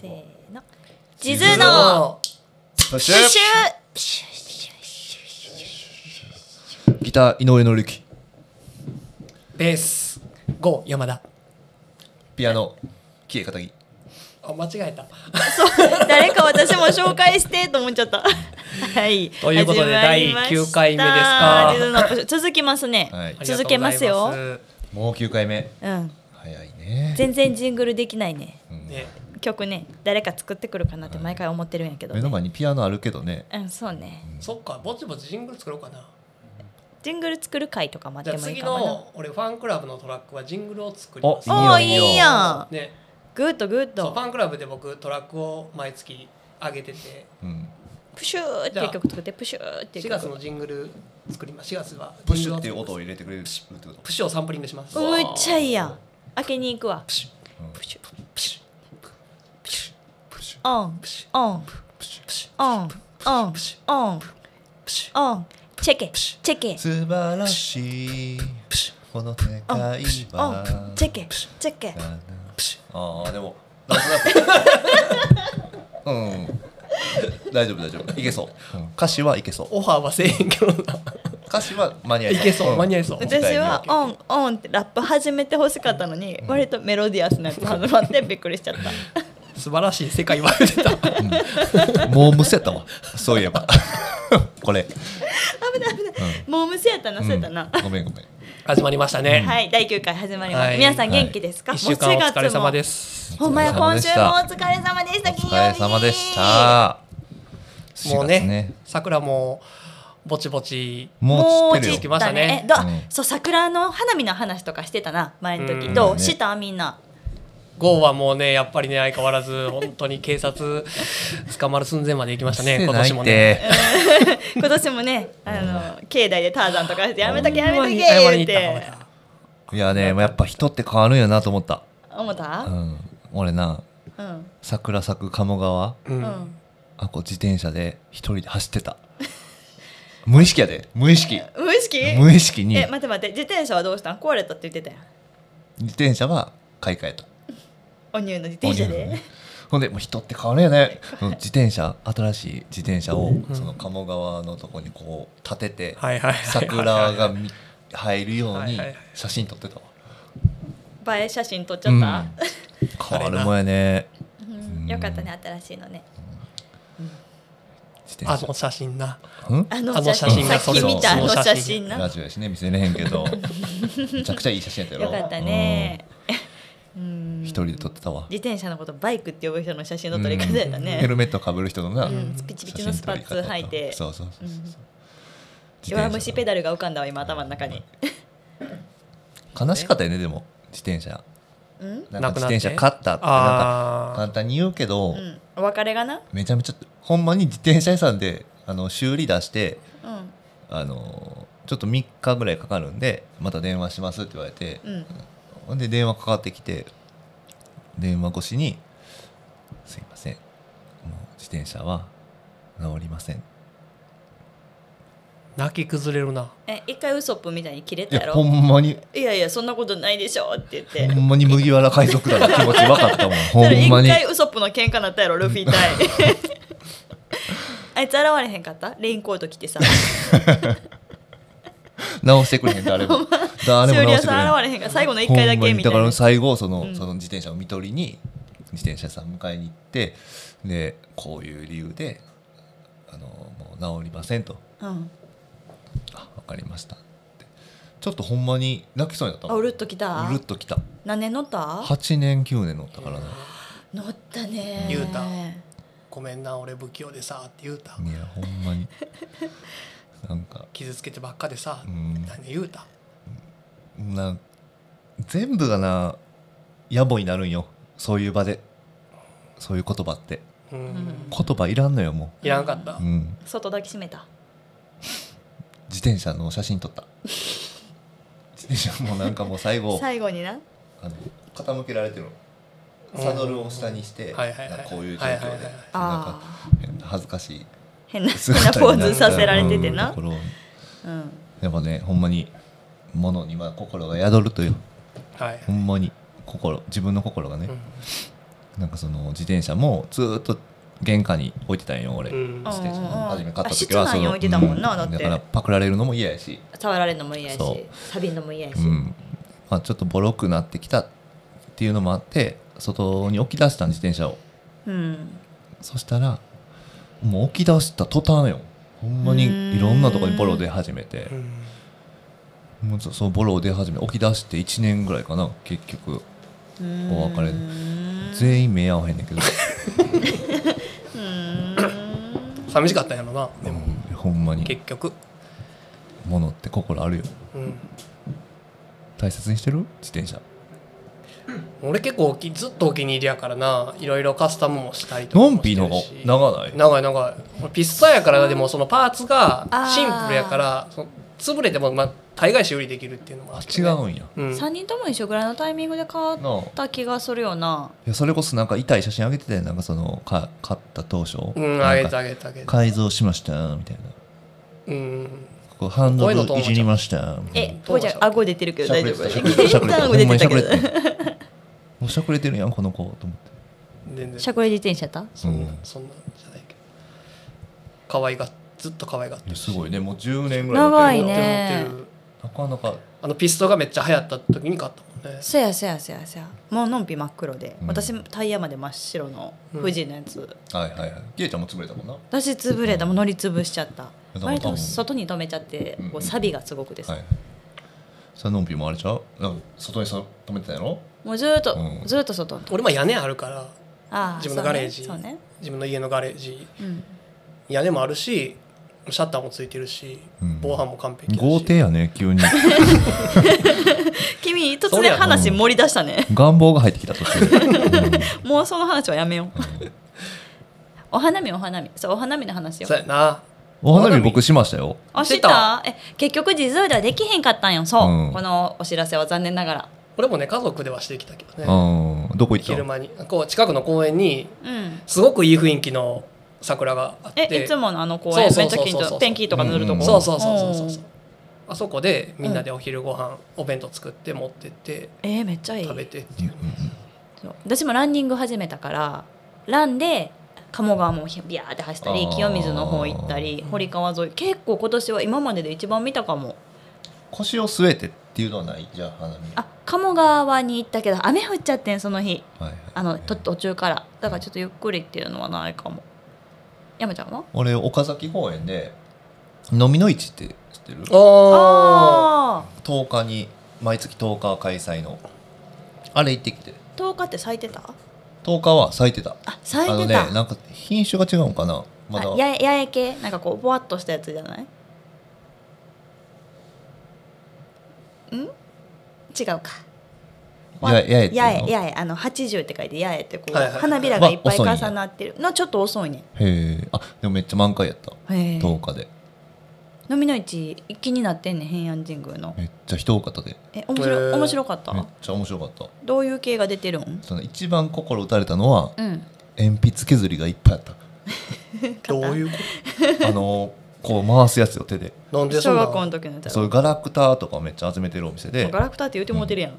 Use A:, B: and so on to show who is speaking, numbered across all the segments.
A: せーの。
B: 地図の
C: そし
B: プシ
C: て
B: ュ
C: ギター井上紀之
D: ベース5山田
C: ピアノキエカタギ
D: あ間違えた
B: 誰か私も紹介してと思っちゃった。 はい。
D: ということで
B: 始まりました
D: 第9回目ですか
B: 地図のプシュ続きますね。
C: はい
B: 続けますよ
D: ありがとう
C: もう9回目
B: うん。
C: 早いね
B: 全然ジングルできないね。
D: ございますね
B: 曲ね。誰か作ってくるかなって毎回思ってるんやけど、
C: 目の前にピアノあるけどね
B: うん、そうね。
D: そっかぼちぼちジングル作ろうかな
B: ジングル作る回とか
D: じ
B: 待っ
D: ゃあ
B: てもいい
D: 次
B: かもな。
D: の俺ファンクラブのトラックはジングルを作ります
C: お
B: おおーいいやん。
D: ね
B: グッドグッ
D: そう
B: ド。
D: ファンクラブで僕トラックを毎月上げてて
C: うん
B: プシューっていう曲作ってプシューっていう
D: 4月
B: 曲。
D: のジングル作ります4月は
C: プッシュっていう音を
D: ジングルを作り
C: 入れてくれるってこと
D: ますプッシュをサンプリングします
B: うっちゃいいやん。開けに行くわ。プシ
C: うん
B: ュ。
D: プシ
B: オン。オン。
C: プッシュプッシュ
B: オン。オン。オン。オン。チェケ。チェケ。
C: 素晴らしいこの世界
B: オン。オ
C: は
B: ン。チェケ。チェケ。
C: ああでも なんとなくうん大丈夫大丈夫いけそう、うん歌詞はいけそう
D: オファーはせえへんけどな
C: 歌詞は間に合い
D: いけそう間に合
C: 合い
D: いそう
B: 私はオンオンってラップ始めてほしかったのに割とメロディアスなやつ始まってびっくりしちゃった
D: 素晴らしい世界は言って た
C: もうむせたわそういえばこれ
B: もう無視やったなそうやったな、
C: ごめんごめん
D: 始まりましたね
B: はい第9回始まります、
D: はい
B: 皆さん元気ですか、
D: 一
B: もう
D: 週間お疲れ様ですす
B: ほんまや
C: お疲れ様
B: 今
C: で
B: 週
C: し
B: もお
C: た
B: 疲れ様でし
C: お
B: た金曜日
D: も
C: 疲れ様でした
D: う
C: 4月
D: ね桜もぼちぼち
C: も
B: も
C: う
B: う
C: 散っ
B: 散っ
D: 散
C: てるよ
D: ってましたた
B: ね
D: ね
B: えどう
C: うん
B: そう桜の花火の話とかしてたな前の時
D: うん
B: ど
C: う
B: うんしたみんな
D: ゴーはもうねやっぱりね相変わらず本当に警察捕まる寸前まで行きましたね
C: して
D: 今
C: ない
D: 年
C: っ
D: もね。
C: て
B: 今年もねあの境内でターザンとかしてやめとけやめとけ
D: 謝
B: 言
D: りに
B: っ
D: 行った俺
B: て
D: ら
C: いやねやっぱ人って変わるんやなと思った、
B: 思っ
C: う
B: た
C: ん、俺な
B: うん
C: 桜咲く鴨川
D: う
B: うんん
C: あこう自転車で一人で走っ てた無意識やで無意識
B: 無意識
C: 無意識に
B: え待って待って自転車はどうしたん壊れたって言ってたやん
C: 自転車は買い替えた
B: お乳の自転車で
C: ほんでもう人って変わるよねその自転車新しい自転車をその鴨川のとこにこう立てて
D: はいはいはいはい
C: 桜が見入るように
D: はいはい
C: 写真撮ってたわ
B: 映え写真撮っちゃった、
C: 変わるもんやね
B: うんよかったね新しいのね
C: 自
D: あ
C: 転
D: の写真な
C: 車ん
B: あの
D: あの
B: 写
D: 写
B: 真
D: 真
B: さ
D: が
B: っき見たあ
D: そ
B: の
D: うそう
B: 写真な
C: ラジオやしね見せれへん けどめちゃくちゃいい写真やったや
B: よ
C: ろ
B: かったね、うん
C: うん一人で撮ってたわ
B: 自転車のことバイクって呼ぶ人の写真の撮り方やった
C: うんヘ
B: ね
C: ルメットかぶる人のな、
B: うんピチピチのスパッツ履いて
C: そうそうそうそう自転車
B: 弱虫ペダルが浮かんだわ今頭の中に
C: 悲しかったよねでも自転車
B: うん、
C: なん
D: なく
C: か自
D: なって
C: 転車買ったってなん
D: あ
C: か
D: ー
C: 簡単に言うけど、
B: うん、お別れがな
C: めちゃめちゃほんまに自転車屋さんであの修理出して
B: うん
C: あのちょっと3日ぐらいかかるんでまた電話しますって言われて、
B: うん
C: ほんで電話かかってきて電話越しに「すいませんもう自転車は治りません」
D: 泣き崩れるな
B: え一回ウソップみたいに切れ
C: い
B: たや
C: やほ
B: ろ
C: んまに
B: いやいやそんなことないでしょって言って
C: ほんまに麦わら海賊団の気持ち分かっ たもんほん
B: 一
C: まに
B: 回ウソップの喧嘩なったやろルフィ 対あいつ現れへんかったレインコート着てさ
C: 直してくれへん誰も誰も
B: 修理
C: 直
B: 屋
C: してくれへん
B: さん現れへんから最後の一回だ
C: ほんま
B: け
C: に
B: みたい
C: だか
B: な
C: ら最後その,、
B: うん
C: その自転車を見取りに自転車屋さん迎えに行ってでこういう理由であのもう治りませんと
B: うん
C: あ分かりましたってちょっとほんまに泣きそうになった
B: あうるっときた
C: うるっときた
B: 何年乗った
C: 8年9年乗ったからな
B: 乗ったね
D: 言うたごめんな俺不器用でさって言うた
C: いやほんまになんか
D: 傷つけてばっかでさ
C: うん
D: 何言うた
C: な全部がな野暮になるんよそういう場でそういう言葉って
D: うん
B: ん
C: 言葉いらんのよも
D: いらんかった
C: う、うん、
B: 外抱きしめた
C: 自転車の写真撮った自転車もなんかもう最後
B: 最後にな
C: あの傾けられてるの
D: うん
C: サドルを下にして
D: はいはいはい
C: なんかこういう状況で、
D: はいはいはいはい
C: なんか
B: あ
C: 変な恥ずかしい
B: ー変な変な
C: 姿
B: ポ
C: にな
B: ー
C: っ
B: ズさせられててな
C: うんところを
B: うん
C: やっぱねほんまに物には心が宿るという
D: はい
C: ほんまに心自分の心がね、
D: うん
C: なんかその自転車もずーっと玄関に置いてたんよ俺、
D: うん
B: あ
C: 自転車ね
B: うんうん
C: 初め買った
B: あ
C: 時
B: 室
C: は
B: 内に置いてたもんな
C: う
B: だって
C: からパクられるのも嫌やし、
B: 触られるのも嫌やし
C: そう
B: 錆びるのも嫌やし、
C: うんまあ、ちょっとボロくなってきたっていうのもあって外に置き出したん自転車を
B: うん
C: そしたらもう置き出した途端よほんまに
B: うーん
C: いろんなとこにボロ出始めてもうそそのボロを出始め置き出して1年ぐらいかな結局お別れ
B: うーん
C: 全員目合わへんねんけど、
B: うーん
D: 寂しかったんやろなでも
C: うんほんまに
D: 結局、
C: 物って心あるよ
D: うん、
C: 大切にしてる自転車
D: 俺結構おきずっとお気に入りやからないろいろカスタムもしたりとか
C: の
D: も
C: んぴーの方が
D: してるし
C: 長ない
D: 長い長い俺ピストやからでもそのパーツが
B: あー
D: シンプルやからその潰れてもまあ大概修理できるっていうのもあ
C: あ
D: って
C: 違
D: ね、
C: うんや
D: うん
B: 3人とも一緒ぐらいのタイミングで変わっ
C: なあ
B: た気がするよない
C: やそれこそなんか痛い写真あげてたよなんかそのか買った当初、
D: うんあげたあげたあげた
C: 改造しましたみたいな
D: うん
C: ここハンドルいじりましたみたい
B: え
C: な
B: こうじゃん顎出てるけど大丈
C: しゃ
B: 夫
C: くれてたしゃくれてた
B: 顎出てたけ
C: ほんまにしゃくれ
B: ど
C: てもうしゃくれてるやんこの子と思って
D: 全然
B: しゃくれ自転車やった
D: そんな
C: うん
D: そんなんじゃないけど可愛がっずっと可愛がって
C: いや
D: る
C: す
D: し
C: ごいねもう10年ぐらい乗っ
B: 長
C: て
B: い
C: る
B: ね
D: 持ってる持ってる
C: なかなか
D: あのピストがめっちゃ流行った時に買ったもんね
B: そやそやそやそやもうのんぴ真っ黒で、
C: うん
B: 私タイヤまで真っ白の富士のやつ、
C: はいはいはいゲイちゃんも潰れたもんな
B: 私潰れたもう乗り潰しちゃった
C: うん
B: 割と外に止めちゃって
C: うん
B: こう錆びがすごくです、
C: はいさあのんぴもあれちゃうなんか外にさ止めてたやろ
B: もうずーっと、
C: うん
B: ずーっと外に
D: 俺も屋根あるから
B: ああ
D: 自分のガレージ
B: そうね
D: 自分の家のガレージ
B: そうね
D: 屋根もあるしシャッターもついてるし、
C: うん
D: 防犯も完璧だし
C: 豪邸やね 急に
B: うん、君突然話盛り出したね、
C: 願望が入ってきた途中で、
B: もうその話はやめようお花見お花見そうお花見の話よ
D: そうやな
C: お花火僕しましたよ
B: あ知
D: 知
B: っ
D: ったた
B: え結局実はではできへんかったんよそう、
C: うん
B: このお知らせは残念なが
D: 俺もね家族ではしてきたけどね
C: うんどこ行った
D: 昼
C: の
D: 間にこう近くの公園に
B: らうん
D: すごくいい雰囲気の桜があって
B: えいつものあの公園
D: そ
B: め
D: う
B: っちゃ
D: そうそうそ
B: 金と
D: う
B: ペンキとか塗るとこ、
C: うん
D: そうそうそうそうそうそう
B: お
D: あそこでみんなでお昼ご飯、お弁当作って持ってって
B: えーめっちゃいい
D: 食べてって
C: うん
D: いううん
C: うん
B: そう私もランニング始めたからランで鴨川もビャーって走ったり
C: あー
B: 清水の方行ったり堀川沿い結構今年は今までで一番見たかも
C: 腰を据えてっていうのはないじゃあ花火
B: あ鴨川に行ったけど雨降っちゃってんその日
C: はいはい
B: あのと途中からだからちょっとゆっくりっていうのはないかも山ちゃんは
C: 俺岡崎公園で飲みの市って知ってる
D: あ
B: ああ
C: 10日に毎月10日開催のあれ行ってきて
B: 10日って咲いてた
C: 10日は咲いてた
B: あ咲
C: あ
B: い
C: の
B: てた、
C: ねなんか品種が違うのかなまだ
B: あや八重系なんかこうぼわっとしたやつじゃないん違うかわ
C: ややえっていうの
B: 八重八重あの80って書いて八重ってこう、
D: はいはいはい
B: 花びらがいっぱい
C: ま
B: 重
C: あ遅いんや
B: なってるのちょっと遅いね
C: へえあでもめっちゃ満開やった
B: へえ
C: 10日で
B: 飲みの市気になってんねん平安神宮の
C: めっちゃ人多かったで
B: え面
D: へ
B: 白
D: え
B: 面白かった
C: めっちゃ面白かった
B: どういう系が出てるん
C: その一番心打たれたのは
B: うん
C: 鉛筆削りがいっぱいあ った
D: どういうこ
C: あのこう回すやつよ手で
D: となんでそ
B: 小
D: んな
B: 学校の時のやつや
C: そうい
B: ろ
C: うガラクタとかをめっちゃ集めてるお店で
B: ガラクタって言うてもうてるやん、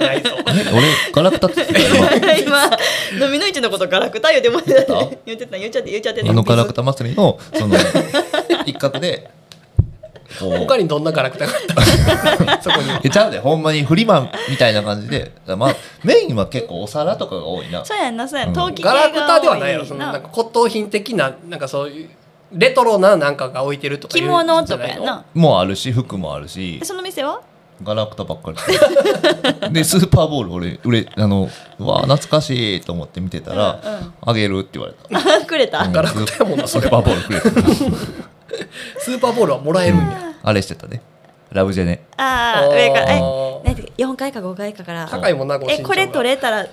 D: ないぞ
C: え俺ガラクタって言ってた 今
B: 今飲みの市のことガラクタ言うてもうてた
C: 言ってた
B: 言ってた言っちゃって言っちゃってた
C: あのガラクタ祭りのその一角でこう
D: 他にどんなガラクタが あったそこには
C: えちゃうでほんまにフリマみたいな感じで、まあ、メインは結構お皿とかが多いな
B: そうやんなそうやん
C: うん
B: 陶器系が多
D: ガラ
B: い
D: クタではないよそのなんか骨董品的ななんかそういうレトロななんかが置いてるとかい
B: 着
D: う
B: 物とかやな
C: もあるし服もあるし
B: えその店は
C: ガラクタばっかりでスーパーボール俺売れあのうわあ懐かしいと思って見てたら、
B: うんうん
C: あげるって言われた
B: あくれた、
C: うん
D: ガラクタやもんな
C: ス
D: それ
C: ーパーボールくれた
D: スーパーボールはもらえるんや
C: あれしてたねラブジェネ
B: ああ
D: おー
B: 上からえなんて4回か5回かから
D: 高いもんなご身長
B: え
D: が
B: これ取れた ら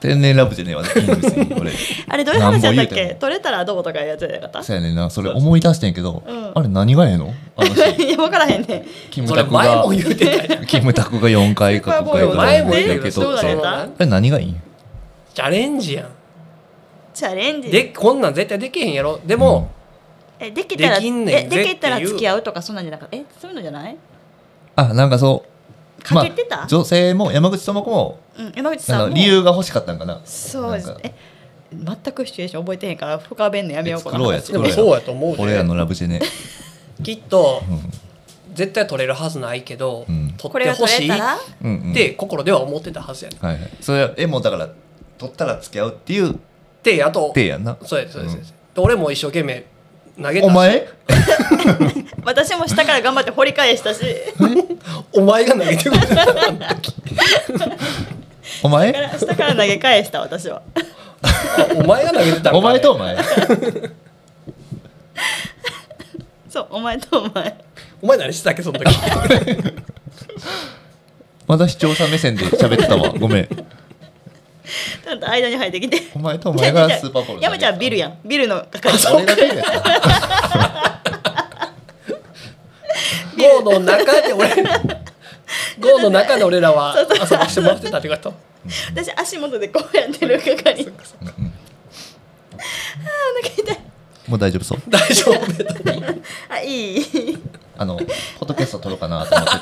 C: 天然ラブジェネはねいいんですよ俺
B: あれどういう話やったっ
C: なんぼ言う
B: け
C: ても
B: 取れたらどうとかいうやつやなかっ
C: そうやねんなそれ思い出してんけど、
B: うん
C: あれ何がええのあのシーン
B: たいや分からへんね
C: キ ム
D: それ
C: タク
D: 前
C: が
D: も言うてたやん
C: キムタクが4回か5回か
D: 前も言
C: 何回か
D: う
C: 受け
D: てた
B: そ
C: 取
B: う
C: っ
B: だ
C: て
B: ね
C: あれ何がいいん
D: チャレンジやん
B: チャレンジ
D: でこんなん絶対できへんやろでも、
B: えできたら
D: できんねん
B: えできたら
D: ぜっていう
B: 付き合うとかそんなんじゃなかったえそういうのじゃない
C: あなんかそ
B: かけてた、
C: まあ、女性も山口智子も
B: うん、山口さ
C: なん
B: ん
C: か
B: も
C: 理由が欲しかったんかな
B: そうです
C: なんか
B: ね全くシチュエーション覚えてへんから深べんのやめようかな
C: 作ろうや
D: で
C: 作ろ
D: もそうやと思う
C: 俺ら
D: で
C: のラブジ ェネ、
D: きっと
C: うん
D: 絶対取れるはずないけど、
C: うん
D: 取
B: こ
D: っ
B: れ
D: て
B: が
D: ほ
B: 取
D: し
B: れ
D: いった
B: ら
C: うんうん、
D: て心では思ってたはずやね
C: はいはい、それは絵もだから取ったら付き合うっていう
D: であと
C: 手やんな
D: そうやそうやそうや、で俺も一生懸命投げた
C: お前
B: 私も下から頑張って掘り返したし
D: お前が投げてくれた
C: お
B: だか
C: 前
B: ら下から投げ返した私は
D: お前が投げてたんかね
C: お前とお前
B: そうお前とお前
D: お前何してたっけその時
C: まだ視聴者目線で喋ってたわごめん
B: ちゃんと間に入ってきて
C: お前とお前がスーパーボール
B: やめちゃんビルやんビルの係長
C: 俺がビルやった
D: ゴーの中で俺ゴーの中で俺らは遊ばしてもらってたってこと
B: 私足元でこうやってる係あーお腹痛い
C: もう大丈 夫そう
D: 大丈夫だと思う
B: あいい
C: あのポッドキャスト撮ろうかなと思ってた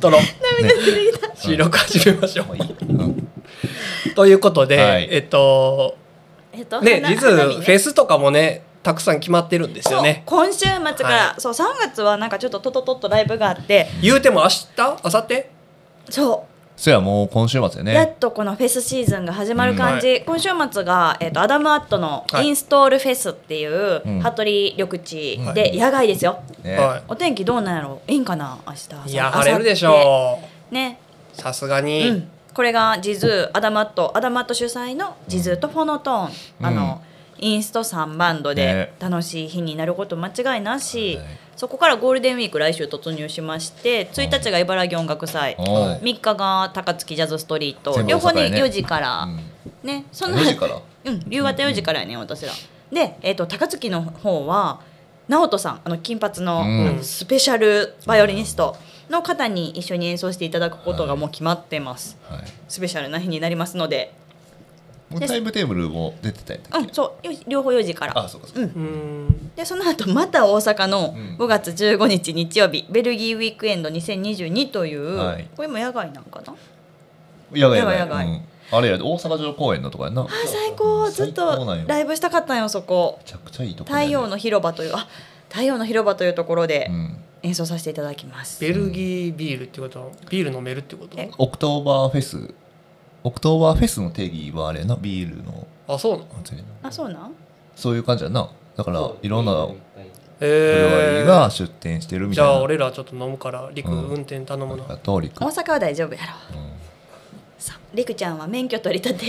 D: との
B: 涙すぎた
D: 収録始め ましょ
C: もう
D: う
C: いい、うん、
D: ということで、
C: はい
D: えっと
B: えっと
D: ね
B: 花
D: 実
B: 花
D: は
B: 見
D: フ
B: ね
D: ェスとかもねたくさん決まってるんですよね
B: そう今週末から、
D: は
B: そう3月はなんかちょっとトトトッとライブがあって
D: 言うても明日明後日
B: そ
C: そやもう今週末や
B: う、や
C: ね
B: っとこのフェスシーズンが始まる感じ、今週末が、えっとアダム・アットの
D: はい
B: インストールフェスっていう、
C: うん
B: 服部緑地
C: はい
B: で、野外ですよ
C: ね
D: は
B: お天気どうなんやろいいんかな明日
D: いいや
B: 明後日
D: 晴れるでしょ
B: ね
D: うさすが
B: う
D: に、
B: ん、これがジズーアダマットアダマット主催のジズーとフォノトーン、
C: うん
B: あのインスト3バンド
C: ね
B: で楽しい日になること間違いなし、
C: はい
B: そこからゴールデンウィーク来週突入しまして1日が茨城音楽祭
C: おう
B: 3日が高槻ジャズストリート、
C: 全部
B: 両
C: 大
B: 方
C: 阪やね
B: ね4時から、
C: うん
B: ねその
C: 4時から
B: うん夕方4時からやね私らで、えー、と高槻の方は直人さんあの金髪の、
C: うん
B: スペシャルバイオリニストの方に一緒に演奏していただくことがもう決まってます、
C: は
B: スペシャルな日になりますので、
C: い、もうタイムテーブルも出てたやった
B: うん、そうよ両方4時から
C: あそうかそう
B: ん、
C: か
D: うん
B: でその後また大阪の
C: うん
B: 5月15日日曜日、ベルギーウィークエンド2022という、
C: はい
B: これも野外なんかな
C: やばいやばい
B: やばいやばい
C: うん、あれやで大阪城公園のとかやなめ
B: あ最高ずっ
C: 最高な
B: と
C: んよ
B: ライブしたかったんよそこ
C: ちゃくちゃいいとこ
B: 太陽の広場というあ太陽の広場というところで
C: うん
B: 演奏させていただきます、
D: ベルギービールってことはビール飲めるってこと
B: え
C: オクトーバーフェスオクトーバーフェスの定義はあれやなビールの
D: あそうなの
C: 祭りの
B: あそうなん
C: そういう感じやなだからいろんなブルワリ
D: えー
C: ーが出店してるみ
D: じ
C: たい
D: ゃ
C: な、
D: あ俺らちょっと飲むから陸
C: うん
D: 運転頼むな、
C: あとりく
B: 大阪は大丈夫やろ
C: うん
B: そうりくちゃんは免許取り立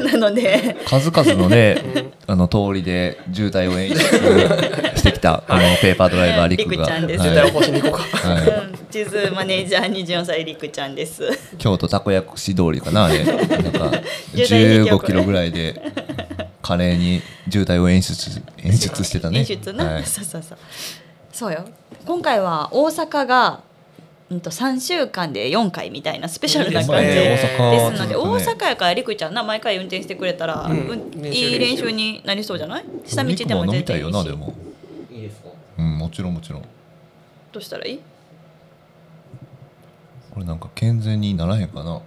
B: て なので
C: 数々のね、あの通りで渋滞を演出して きた、あのペーパードライバーリク
B: リク
C: が、
B: ちゃんです
D: 絶対
C: は
D: 起こしに行こうか
C: いは
B: うん地図マネージャー24歳りくちゃんです
C: い、京都たこ焼き市通りかな、あれ、なん か
B: 渋滞に
C: 15キロぐらいで、華麗に渋滞を演出し演出してたね。
B: 演出な、
C: はい
B: そうそうそうそうよ今回は大阪が、うん、と3週間で4回みたいなスペシャルな感じ
D: い
B: で
D: いですすね
B: ので,、
C: 大阪は
B: 大
C: ちょっとね
B: 阪やからりくちゃんな毎回運転してくれたら、
D: うん
B: うん
D: 練習
B: いい練習になりそうじゃない下道でも
C: お肉
B: 全
C: 飲みたい
B: 然い
C: よ
B: い
C: な、
B: し
C: でも、
A: いいですか
C: うん、もちろんもちろん。
B: どうしたらいい
C: これなんか健全にならへんかな。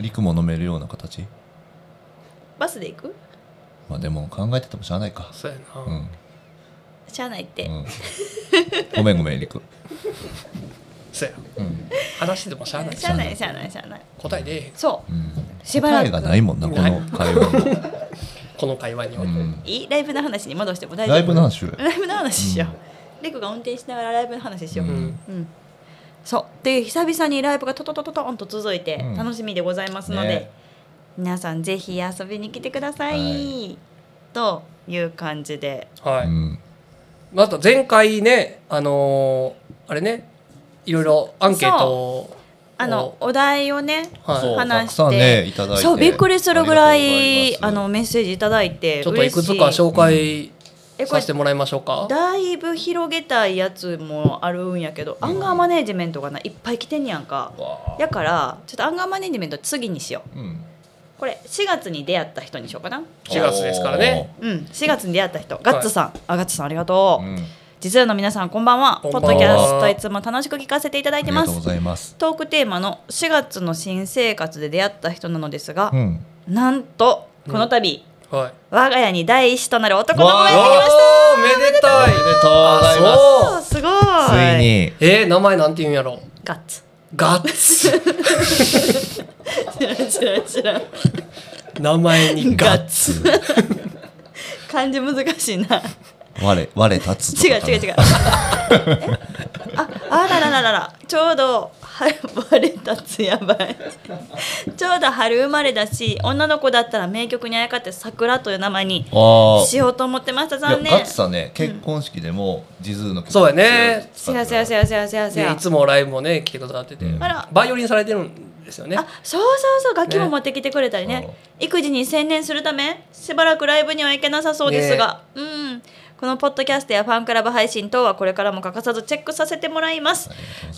C: リクも飲めるような形
B: バスで行く
C: まあでも考えててもしゃあないか。
D: そうやな、
C: うん。
B: しゃあないって、
C: うん、ごめんごめん、リク。
D: そうや
C: うん。
D: 話しててもしゃあない
B: しゃあないしゃあないしゃあない
D: 答え出えへん
B: そう
C: うん
B: しばらく
C: 答えがないもんな、この会話も。
D: この会話にお
C: う
D: いて、
C: ん
B: いいライブの話に戻しても大丈夫
C: ライブの話を。
B: ライブの話しようりく、が運転しながらライブの話しよう、
D: ん
B: うん、そうで久々にライブがトトトトトンと続いて
C: うん
B: 楽しみでございますので、
C: ね
B: 皆さんぜひ遊びに来てください、
C: はい
B: という感じで
D: は
C: う
D: い、
C: ん
D: また前回ねあのーあれねいろいろアンケートを
B: あのお題をね、
D: はい
C: そう
B: 話して
C: たくさんねいただいて
B: そうびっくりするぐらいあ
C: ありがとうございます
B: のメッセージいただいて
D: ちょっといくつか
B: 嬉しい
D: 紹介
B: えこ
D: させて
B: れ
D: もらいましょうか
B: だいぶ広げたいやつもあるんやけど、アンガーマネージメントがないっぱい来てんねやんか
C: わ
B: やからちょっとアンガーマネージメント次にしよう
C: うん
B: これ4月に出会った人にしようかな
D: 4月ですからね
B: うん、4月に出会った人ガッツさん、あガッツさんありがと
C: お
B: う、
C: ーうん
B: 実際の皆さんこんばんは
D: こんば
B: ポ
D: ん
B: ッ
D: は
B: ドキャストいつも楽しく聞かせていただ
C: あ
B: いて
C: りが
B: ま
C: とうご
B: す
C: ざいます。
B: トークテーマの4月の新生活で出会った人なのですが
C: う、ん。
B: なんとこの度、
D: はい。
B: 我が家に第一子となる男の子
C: わ
B: が
C: あ
B: やってきました
D: おーめでたい。
C: おめでとうござい
D: あそ
C: ます
D: う
B: すご
C: つ
B: い
C: いに
D: えー、名前なんて言うんやろ。
B: ガッツ
D: ガッツ。
B: 知らん知らん知らん
D: 名前にガッ
C: ガッ
D: ツ。
C: ツ。
B: 漢字難しいな
C: 我我立つと
B: 違う
C: かかな。
B: 違う違うえああらららららちょうどは割れたつやばいちょうど春生まれだし女の子だったら名曲にあやかって桜という名前に
C: ああ。
B: しようと思ってました残
C: いやガ
B: 念
C: ッツさんね結婚式でもジズーの曲
D: そうやね
B: せやせやせやせやせやせ
D: で
B: や
D: いつもライブもね来てくださってて、
C: うん
B: あら
D: バイオリンされてるんですよね
B: あ。そうそうそう楽器も
D: ね
B: 持ってきてくれたりね
C: そう
B: 育児に専念するためしばらくライブには行けなさそうですが、うんこのポッドキャストやファンクラブ配信等はこれからも欠かさずチェックさせてもらいます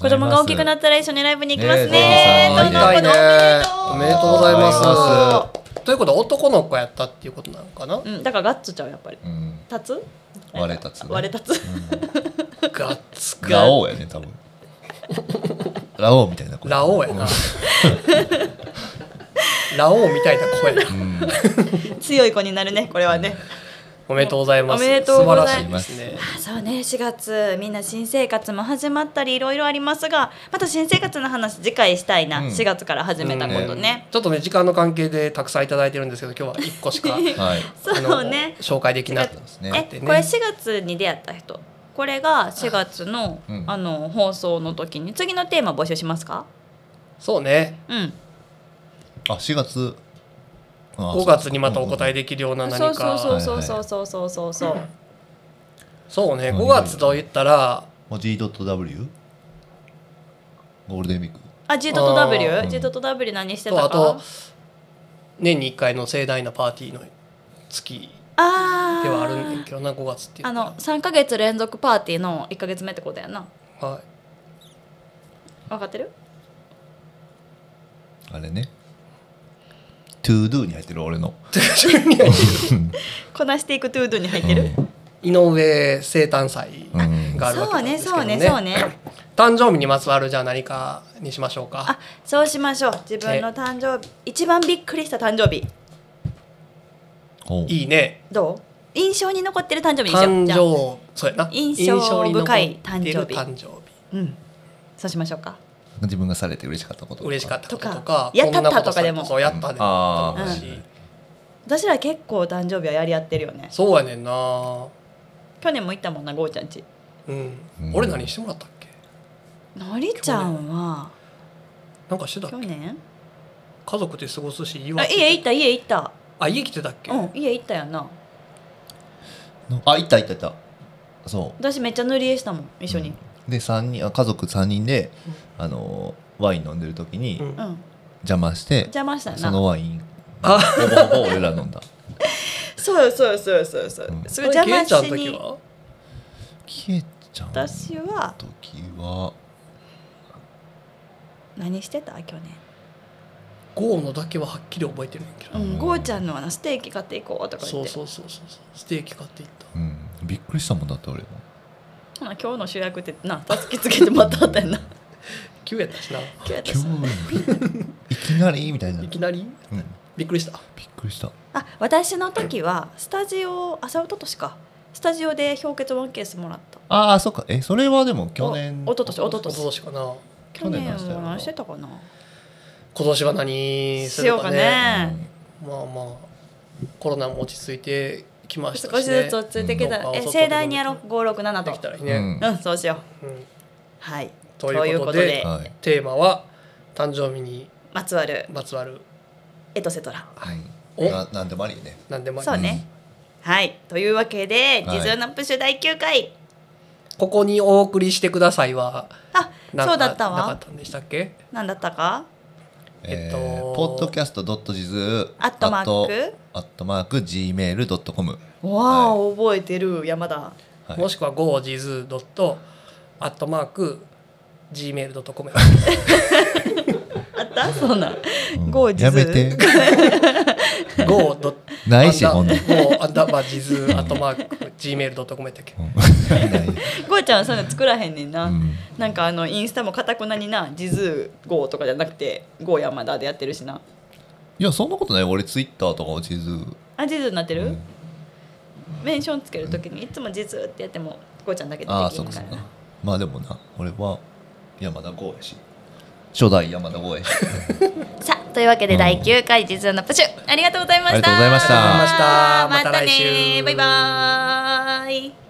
B: 子供が大きくなったら一緒にライブに行きますね
C: ねえ
B: どんな子供
D: おめでとうございま
C: あ
D: す。ということは男の子やったっていうことなのかな。
B: うん、だからガッツちゃうやっぱり
C: うん
B: 立つ
C: 割れたつね
B: 割れたつ
D: ガッツか。
C: ラオウやね多分ラオウみたいな声
D: ラオウや な。ラオウみたいな声だ。
C: うん
B: 強い子になるねこれはね
D: おめでとうございます。
B: おめでとうございます
D: 素晴らしいですね。
B: あそうね4月みんな新生活も始まったりいろいろありますがまた新生活の話次回したいな、
C: うん
B: 4月から始めたことね、
D: ちょっとね時間の関係でたくさんいただいてるんですけど今日は一個し か
C: はい
D: あの
B: そうね
D: 紹介できなく
B: そう
C: ですね
B: え
D: ってね
B: これ4月に出会った人これが4月の,、
C: うん
B: あの放送の時に次のテーマ募集しますか
D: そうね
B: うん
C: あ4月
D: 5月にまたお答え
C: で
D: できるような
B: そうそ
D: 何
B: う
D: か
B: そうそうそうそうそうそう、
D: そうね5月と言ったら
C: 文字 .w ゴールデンウィーク
B: あ G と W
C: うん
B: G と W 何してた
D: と
B: か
D: あと年に1回の盛大なパーティーの月
B: あー
D: ではあるんだけどな5月って言
B: あ
D: ったら
B: の3か月連続パーティーの1か月目ってことやな
D: はい
B: 分かってる
C: あれね ToDo に入ってる俺の
B: こなしていくトゥードゥに入ってる、
D: 井上生誕祭
C: うんうん
D: があるわけなんですけど
B: そうねそうねそうね
D: 誕生日にまつわるじゃあ何かにしましょうか
B: あそうしましょう自分の誕生日一番びっくりした誕生日
C: ほう
D: いいね
B: どう印象に残ってる誕生日にしよう
D: 誕
B: じゃあ
D: 生そうやな
B: 印象深い誕生日
D: 印象に残ってる誕生
B: うんそうしましょうか
C: 自分がされて嬉しかったこと
D: 日嬉しかったこと
B: と
D: と
B: か
D: か
B: やっ
D: こんな
B: たっ
D: こ
B: たとかでも
D: そうやったでも
C: あ
D: 楽しい
C: ー
B: 私ら結構誕生日はやり合ってるよね
D: そうやねんな
B: 去年も行ったもんなゴーちゃんち
D: うん
C: うん
D: 俺何してもらったっけ
B: のりちゃんは
D: なんかしてたっ
B: 去
D: け
B: 年
D: 家族で過ごすし
B: あ家行った家行った
D: あ家来てたっけ
B: うん家行ったやんな
C: あいたいたいたそう
B: 私めっちゃ塗り絵したもん一緒に
C: で三人あ家族3人で、あのーワイン飲んでる時に
D: うん
B: うん、
C: 邪魔して、
B: 邪魔したよ
C: そ
B: な
C: のワインほ
D: あ
C: ぼほぼ俺ら飲 んだ
B: そうよそうよそうよそうよそうよ、
C: うん
B: す
D: あ
B: ごい
D: れケ
B: 邪
D: イ
B: 魔
D: ちゃんの
B: し
D: 時
B: に
D: は
C: キエちゃんの
B: 私は
C: 時は
B: 何してた去年
D: ゴーのだけははっきり覚えてるんやけ
B: う
D: ど
B: ん、ゴーちゃんのあのステーキ買っていこうとか言
D: そ
B: っ
D: う
B: て
D: そうそうそうステーキ買っていった
C: うんびっくりしたもんだって俺も
B: ほな今日の主役ってなたすきつけてまたあったやんな
D: 急やったしな
B: 今日やった
C: 今
B: し
C: 日いきなりみた いな、うん、
D: いき
C: びっ
D: なりびっくりした
C: くりした
B: あ私の時はスタジオ朝ととしかスタジオで氷結ワンケースもらった
C: ああそっかえそれはでも去年
B: おおととしおとと
D: 今
B: し
D: 年かな
B: 去
C: 去
B: 年
C: 年の
B: は何してたかな
D: 今年は何す
B: し
D: る
B: よう
D: か
B: か
D: ね
B: ね
D: まあままあコロナも落ち着いてきました
B: 少し
D: しね
B: ずつ落ち着いてきた、
D: うん
B: え盛大にやろう567
D: できたら
B: と
D: いいね、
B: うんそうしよう
D: うん
B: はい
D: ということで
B: というこ
C: はい、
D: テーマは誕生日に
B: まつわる
D: まつわる
B: エトセトラ
D: お
C: ななんでもありよね
D: 何でもあり
B: そうね、はいというわけで「
C: はい
B: 地図のプッシュ第9回
D: ここにお送りしてくださいは」
B: あ
D: な
B: そうだった
D: なかっ
B: わ
D: たんでしたっけ
B: なんだったか
D: え
C: え
D: っと
C: ポッドキャストドットジズ
B: アットマーク
C: アットマーク gmail.com
B: わあ、覚えてる山田
C: はい
D: もしくは gojiz.gmail.com
B: あったそうなん
C: うん
B: ゴージズ
C: やめて
D: go.
C: ないしほん
D: も
C: な
D: う
C: ら
D: アンダーバージズアットマーク gmail.com やったっけ
C: うんない
B: ゴーちゃんはそういうの作らへんねんな、
C: うん
B: なんかあのインスタもかたくなにな「ジズーゴー」とかじゃなくて「ゴー山田」でやってるしない
C: やそんなことない俺ツイッターとかも地図
B: あジズーになってる、
C: うん
B: メンションつけるときにいつも「ジズー」ってやってもゴーちゃんだけでで
C: ああ
B: き
C: そ
B: る
C: うか
B: か
C: そう
B: ら
C: か
B: な
C: まあでもな俺は山田剛やし初代山田剛やし
B: さあというわけで第9回「ジズーのプシュ」ありがとうございました
C: ありがとうございました
D: ありがと
B: また
D: うございましたまた来週
B: ねバイバーイ